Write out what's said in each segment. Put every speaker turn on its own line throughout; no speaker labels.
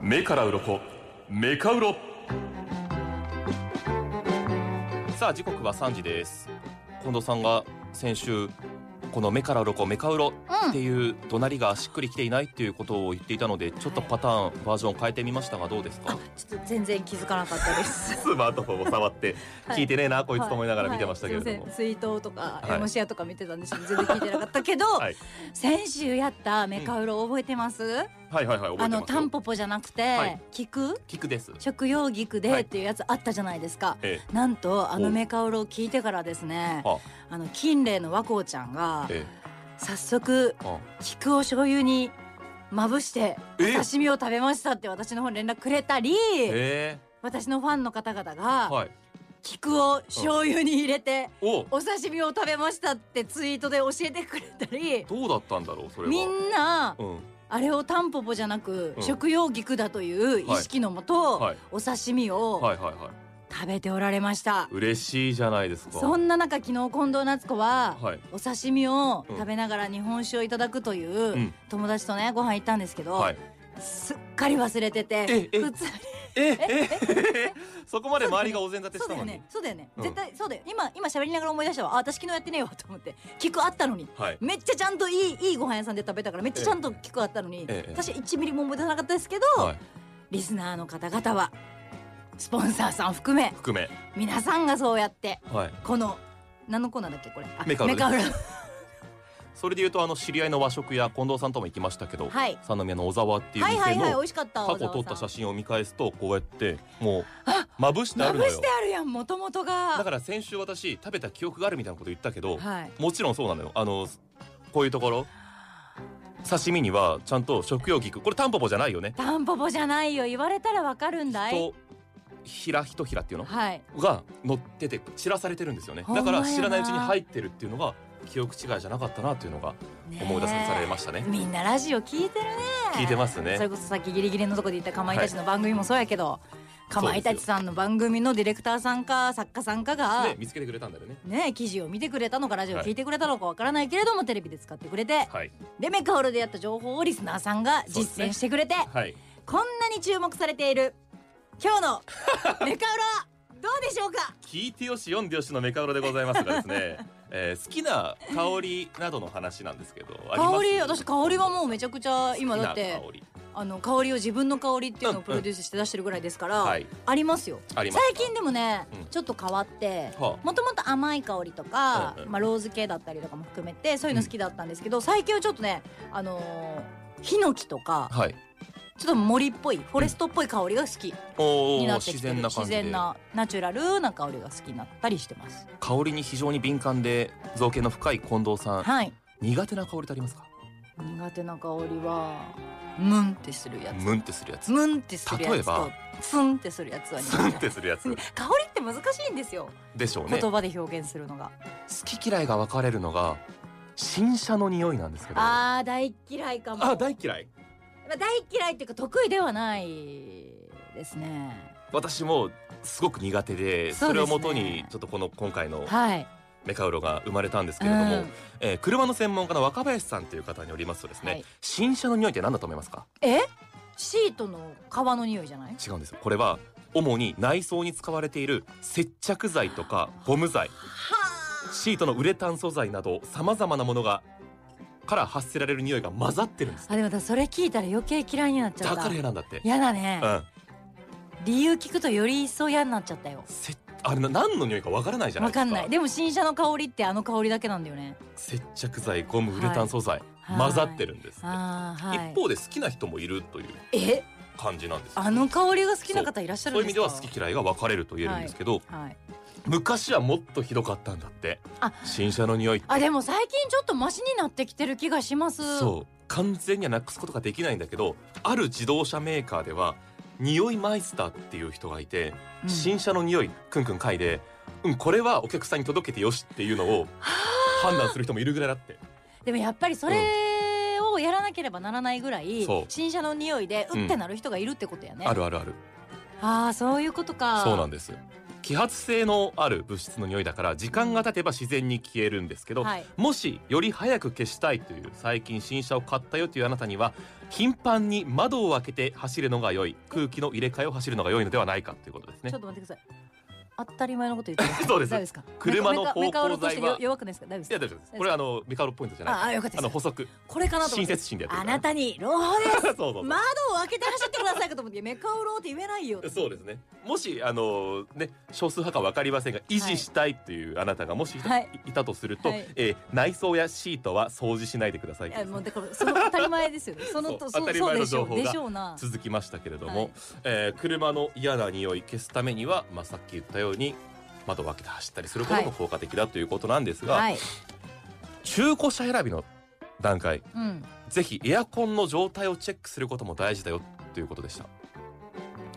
目から鱗メカウロさあ時刻は3時です近藤さんが先週この目から鱗メカウロ
う
っていう怒鳴りがしっくりきていないっていうことを言っていたのでちょっとパターンバージョン変えてみましたがどうです か
ちょっと全然気づかなかったです。
スマートフォンを触って
はい
聞いてねえな こいつと思いながら見てましたけれど
はい
も
はいすいません水筒とか
い
山もし屋とか見てたんですけど全然聞いてなかったけど、
はい
先週やったメカウロ覚えてます？
はいはいはい覚え
あ
て
の
ます
タン
よ
ポポじゃなくて、
はい
菊
菊です
食用菊で
はい
っていうやつあったじゃないですか。
え
なんとあ
お
のメカウロを聞いてからですね
えは
あの金麗の和光ちゃんが
え
早速
えは
菊を醤油にまぶして
ええ
刺身を食べましたって私の方に連絡くれたり
え
私のファンの方々
え
が
はい
菊を醤油に入れて
お
お刺身を食べましたってツイートで教えてくれたり
どうだったんだろうそれは
みんな
うん
あれをタンポポじゃなく
うん
食用菊だという意識のも
は
と
い
お刺身を
はいはいはい
食べておられました
嬉しいじゃないですか
そんな中昨日近藤夏子は
はい
お刺身を
うん
食べながら日本酒をいただくといううん友達とねご飯行ったんですけど
はい
すっかり忘れてて
ええ
普通に
えええそこまで周りがお膳立て
そ
し
うだ
たの
よ
に
ねそうだよね
うん
絶対そうだよ今今喋りながら思い出したわあ私昨日やってねえわと思って菊あったのに
はい
めっちゃちゃんといいいいご飯屋さんで食べたからめっちゃちゃんと聞くあったのに、
ええ
私1ミリも思い出さなかったですけど、
はい
リスナーの方々はスポンサーさん含め
含め
皆さんがそうやって
はい
この何のコーナーだっけこれあ
メカウロ
ウロ
それで言うとあの知り合いの和食や近藤さんとも行きましたけど
はい
三宮の小沢っていう
はいはい
店
はい美
の
味しかった
過去撮った写真を見返すとこうやってもうまぶしてあ
ま
る
ぶ
の
し
よ
てあるやんもともとが
だから先週私食べた記憶があるみたいなこと言ったけど
はい
もちろんそうなのよあのこういうところ刺身にはちゃんと食用菊これタンポポじゃないよね
タンポポじゃないよ言われたらわかるんだい
とひらひとひらっていうの
はい
が乗ってて散らされてるんですよね
ほんま
だ
やな
から知らないうちに入ってるっていうのが記憶違いじゃなかったなっていうのが
ねえ
思い出されましたね
みんなラジオ聞いてるね
聞いてますね
それこそさっきギリギリのとこで言ったかまいたちの番組もそうやけど、かまいたちさんの番組のディレクターさんか作家さんかが
ね
ね
見つけてくれたんだよね
記事を見てくれたのかラジオを
はい
聞いてくれたのかわからないけれども、テレビで使ってくれて
はい
でメカオルでやった情報をリスナーさんが実践してくれて、
はい
こんなに注目されている今日 のメカオロどうでしょうか
聞いてよし読んでよしのメカウロでございますがです ね、えー好きな香りなどの話なんですけどあります
香り私香りはもうめちゃくちゃ今だっ
好きな
て
香り
あの香りを自分の香りっていうのをプロデュースして出してるぐらいですから、
はい
ありますよ
あります
最近でもね、
うん
ちょっと変わって
は
もともと甘い香りとか、
うんうん
まあ、ローズ系だったりとかも含めてそういうの好きだったんですけど、最近はちょっとねあのーヒノキとか
あはい
ちょっと森っぽいフォレストっぽい香りが好き
おー
にな
お
ってき
自
てる、
然な感
自
じで
然なナチュラルな香りが好きになったりしてます
香りに非常に敏感で造形の深い近藤さん
はい
苦手な香りってありますか
苦手な香りはムンってするや
ムンってするやつ
つムンってするや
例え
つと
ば
ツンってするやつは苦手
スンってするやつ
香りって難しいんですよ、
でしょうね
言葉で表現するのが
好き嫌いが分かれるのが新車の匂いなんですけど
あー大嫌いかも
あ大嫌い
まあ、大嫌いっていうか得意ではないですね。
私もすごく苦手でそ
そうです
れを
ね
もとにちょっとこの今回の
はい。
メカウロが生まれたんですけれども、
うん
えー車の専門家の若林さんという方によりますとですね、
はい
新車の匂いって何だと思いますか
え？シートの皮の匂いじゃない？
違うんですよこれは主に内装に使われている接着剤とかゴム剤
は
シートのウレタン素材などさまざまなものがから発せられる匂いが混ざってるんです
あ。あでもだそれ聞いたら余計嫌いになっちゃ
だ
った。
から嫌なんだって、
嫌だね、
うん、
理由聞くとより一層嫌になっちゃったよ。
せあれな何の匂いかわからないじゃない
わ
ですか
かんない。でも新車の香りってあの香りだけなんだよね。
接着剤ゴムウレタン素材、
はい
混ざってるんですって、
ああはい。
一方で好きな人もいるという
え？
感じなんですよ
あの香りが好きな方いらっしゃ
そうい
る
うん意
で
味
す
で
か？
は好き嫌いが分かれると言えるんですけど、
はい。
昔はもっとひどかったんだって
あ
新車の匂い
あでも最近ちょっとマシになってきてる気がします。
そう完全にはなくすことができないんだけどある自動車メーカーでは匂いマイスターっていう人がいて、
うん
新車の匂いくんくん嗅いで、うん、これはお客さんに届けてよしっていうのを判断する人もいるぐらいだって
でもやっぱりそれをやらなければならないぐらい、
そう
新車の匂いで
うん
うってなる人がいるってことやね、
あるあるある
ああそういうことか
そうなんです揮発性のある物質の匂いだから時間が経てば自然に消えるんですけど、
はい
もしより早く消したいという最近新車を買ったよというあなたには頻繁に窓を開けて走るのが良い空気の入れ替えを走るのが良いのではないかということですね
ちょっと待ってください当たり前のこと言ってま す
そうです
大丈夫ですか
車の方向剤は
メカメカオロとしてよ弱くないですか大丈夫
い
で
や
すか
大丈夫ですこれはあのメカロポイントじゃない
ああよかった
あの
です
補足
これかなと
親
思って
切心でやって
あ
るから
なたに朗報で
そうそうそ
す
う、
窓を開けて走ってくださいかと思ってメカオロって言えないよ
そうですねもしあのね少数派か分かりませんが維持したいというあなたがもしいた,、
はい
とすると、
はい
えー内装やシートは掃除しないでください
いやもうだからその当たり前ですよね。その
そう
そ
当たり前の
そう
情報が
でしょうでしょうな。
続きましたけれども、
はい
えー車の嫌な匂い消すためには、まあ、さっき言ったように窓を開けて走ったりすること
は
も
い
効果的だということなんですが、
はい。
中古車選びの段階
うん。
ぜひエアコンの状態をチェックすることも大事だよということでした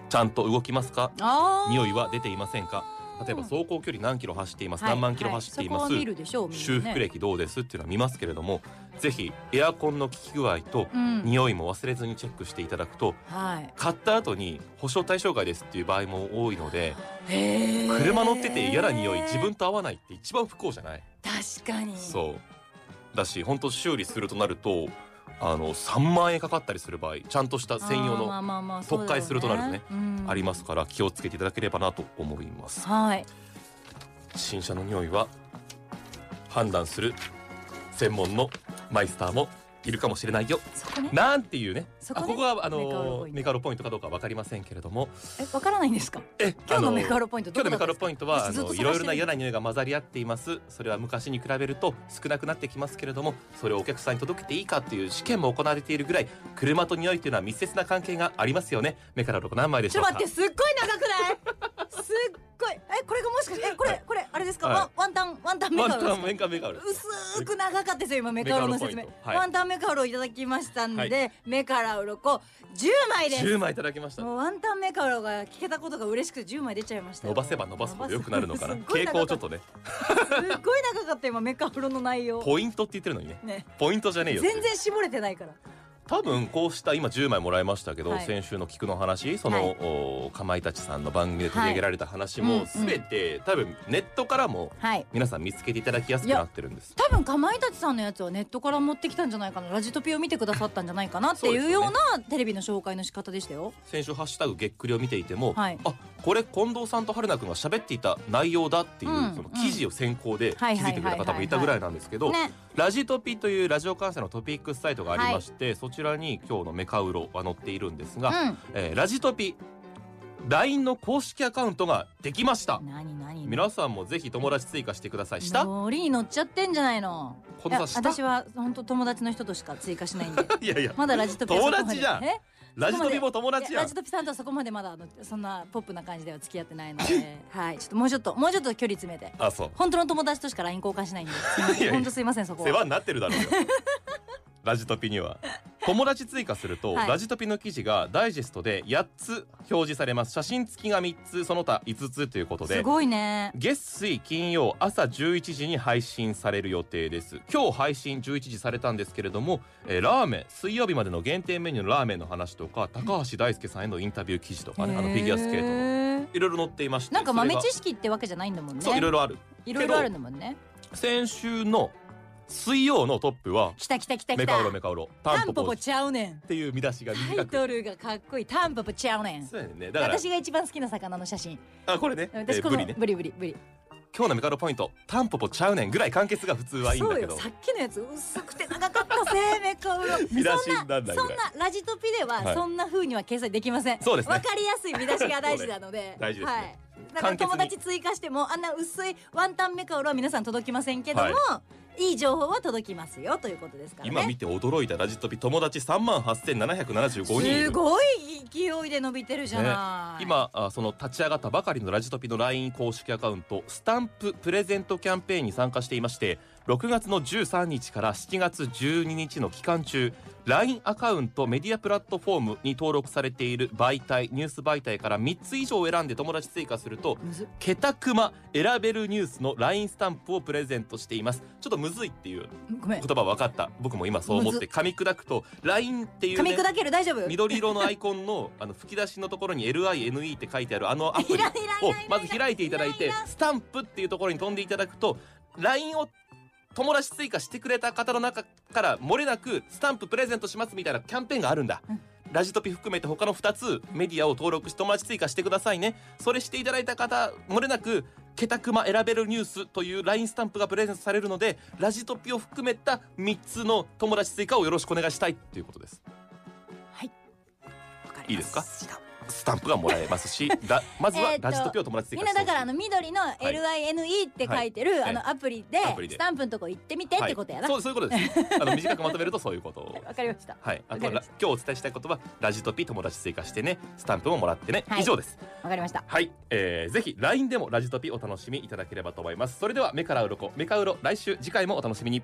ちゃんと動きますか
ああ。
匂いは出ていませんか例えば走行距離何キロ走っています、何万キロ走っています、
はいはいそこは見るでしょう。みんなね
修復。歴どうですっていうのは見ますけれどもぜひエアコンの効き具合と
うん。
匂いも忘れずにチェックしていただくと
はい。
買った後に保証対象外ですっていう場合も多いので
へえ。
車乗ってて嫌な匂い自分と合わないって一番不幸じゃない
確かに。う。
そうだし本当修理するとなるとあの3万円かかったりする場合ちゃんとした専用
まあ
の
まあまあ
特会するとなるとね。
そうだろううん
あります。から気をつけていただければなと思います
はい。
新車の匂いは判断する専門のマイスターもいるかもしれないよ
そこね。
なんていうね
そ
あ
こ
ここ
ね。
はあ
メカロ
の
ポ
メカロポ
イント
イントかどうかわかりませんけれども
えわからないんですか。
え
今日
あ
のメカロポイント
今
ど
日の
こだ
メカロ
ったんですか。
ポイントはあ
ずっと
の
探し
い
てる
ろいろな嫌な匂いが混ざり合っていますそれは昔に比べると少なくなってきますけれどもそれをお客さんに届けていいかっていう試験も行われているぐらい車と匂いというのは密接な関係がありますよね目から鱗何枚でし
ちょ
ょ
っ
う
と
か
待ってすっごい長くない。すっごい。えこれがもしかしてえこれこれあれですか。
はい
ワンワンタンワンタンメ
ワ
カロ
ン
ですか
タンメカメカロ
薄く長かったですよ今メカロの説明
メカロポイントはい
ワンタンメカロをいただきましたんで、
は
メカラウロコ10枚です
10枚いただきました
もうワンタンメカロが聞けたことが嬉しくて10枚出ちゃいましたよ
伸ばせば伸ばすほど良くなるのかな
伸ばせ
傾向をちょっとね
すっごい長かった今メカロの内容
ポイントって言ってるのにね
ね
ポイントじゃねえよ
全
って
然絞れてないから
多分こうした今10枚もらいましたけど、
はい
先週の菊の話そ
は
の、
い
おかまいたちさんの番組で取り上げられた話も、
はいうんうん
全て多分ネットからも
はい
皆さん見つけていただきやすくなってるんです。
多分かまいたちさんのやつはネットから持ってきたんじゃないかなラジトピを見てくださったんじゃないかなって
そうで
い
す
う
よ
よう
ね
なテレビの紹介の仕方でしたよ
先週ハッシュタグげっくりを見ていても、
はい
あこれ近藤さんと春菜くんが喋っていた内容だっていう、
うん
その記事を先行で気
はい
づいてくれた方もいたぐらいなんですけど、
ね
ラジトピというラジオ関西のトピックスサイトがありまして、そちらに今日のメカウロは載っているんですが、えーラジトピ LINE の公式アカウントができました
うん。何何
皆さんもぜひ友達追加してください。した？
ノリに乗っちゃってんじゃないの
近
いや
藤さん
私
した？
は本当友達の人としか追加しない んで
いやいや、
まだラジトピは
友達
そこまで
じゃん
え
ラジトピも友達
い
や
やラ
ん
ジ。トピさんとはそこまでまだあのそんなポップな感じでは付き合ってないのではいちょっともうちょっともうちょっと距離詰めて
あ、そう。
本当の友達としか LINE 交換しないんですいません
いやいや
本当すいませんそ こ
世話
は
になってるだろうよラジトピには友達追加すると、
はい
ラジトピの記事がダイジェストで8つ表示されます写真付きが3つその他5つということ
す
で
ごいね
月水金曜朝11時に配信される予定です今日配信11時されたんですけれども、えーラーメン水曜日までの限定メニューのラーメンの話とか高橋大輔さんへのインタビュー記事とかねあのフィギュアスケートの
ート
いろいろ載っていまして
なんか豆知
識
識ってわけじゃないんだもんね
そういろいろある
いろいろあるんだもんね
先週の水曜のトップは
きたきたきたきた
メカウロメカウロタ
タ
ンポ
ンポ
ポ
ポちゃうねん
っていう見出しが
タ
短
イ
く
トルがかっこいいタンポポちゃうねん
そうやねんねだから
私が一番好きな魚の写真
あこれね、え
私
ー、
こ
ブ
の
リね
ブリブリブリ
今日のメカロポイントタンポポちゃうねんぐらい完結が普通はいいんだけど
そうよさっきのやつ薄くて長かったせめかうろ
見出しになんないぐらい
そんなそんなラジトピで
は
はいそんな風には掲載できません
そうですね
わかりやすい見出しが大事なので
大事ですね
はい、だから
簡潔に
友達追加してもあんな薄いワンタンメカウロは皆さん届きませんけども、い、い情報は届きますよということですからね
今見て驚いたラジトピ友達3万8775人いる
すごい勢いで伸びてるじゃない、
今あその立ち上がったばかりのラジトピの LINE 公式アカウントスタンププレゼントキャンペーンに参加していまして6月の13日から7月12日の期間中 LINE アカウントメディアプラットフォームに登録されている媒体ニュース媒体から3つ以上を選んで友達追加すると
むずっ
「ケタクマ選べるニュース」の LINE スタンプをプレゼントしていますちょっとむずいっていう
ごめん
言葉分かった僕も今そう思って噛み砕くと LINE っていう、
噛み
ね、
砕ける大丈夫い
緑色のアイコンのあの吹き出しのところに LINE って書いてあるあのアプリ
らんいらんいらん
を
いらん
まず開いていただいてスタンプっていうところに飛んでいただくと LINE を友達追加してくれた方の中から漏れなくスタンププレゼントしますみたいなキャンペーンがあるんだ、
うん
ラジトピ含めて他の2つメディアを登録して友達追加してくださいねそれしていただいた方漏れなく「ケタクマ選べるニュース」という LINE スタンプがプレゼントされるのでラジトピを含めた3つの友達追加をよろしくお願いしたいっていうことです
わかりました
いいですかスタンプがもらえます しだまず
え
は
ーっと
ラジトピを友達追
みん
加
な
してほ
だ
しい
からあの緑の LINE って書いてる
は
あ
い
のアプリで
アプリで
スタンプのとこ行ってみてってことやな
は
わ
い、そうそういうことですあ の短くまとめるとそういうことを
かりました
はい、あとは
わ
ら
か
今日お伝えしたいことはラジトピ友達追加してねスタンプももらってね、
はい
以上です
わかりました
はい、えー、ぜひ LINE でもラジトピお楽しみいただければと思いますそれでは目から鱗メカウロ来週次回もお楽しみに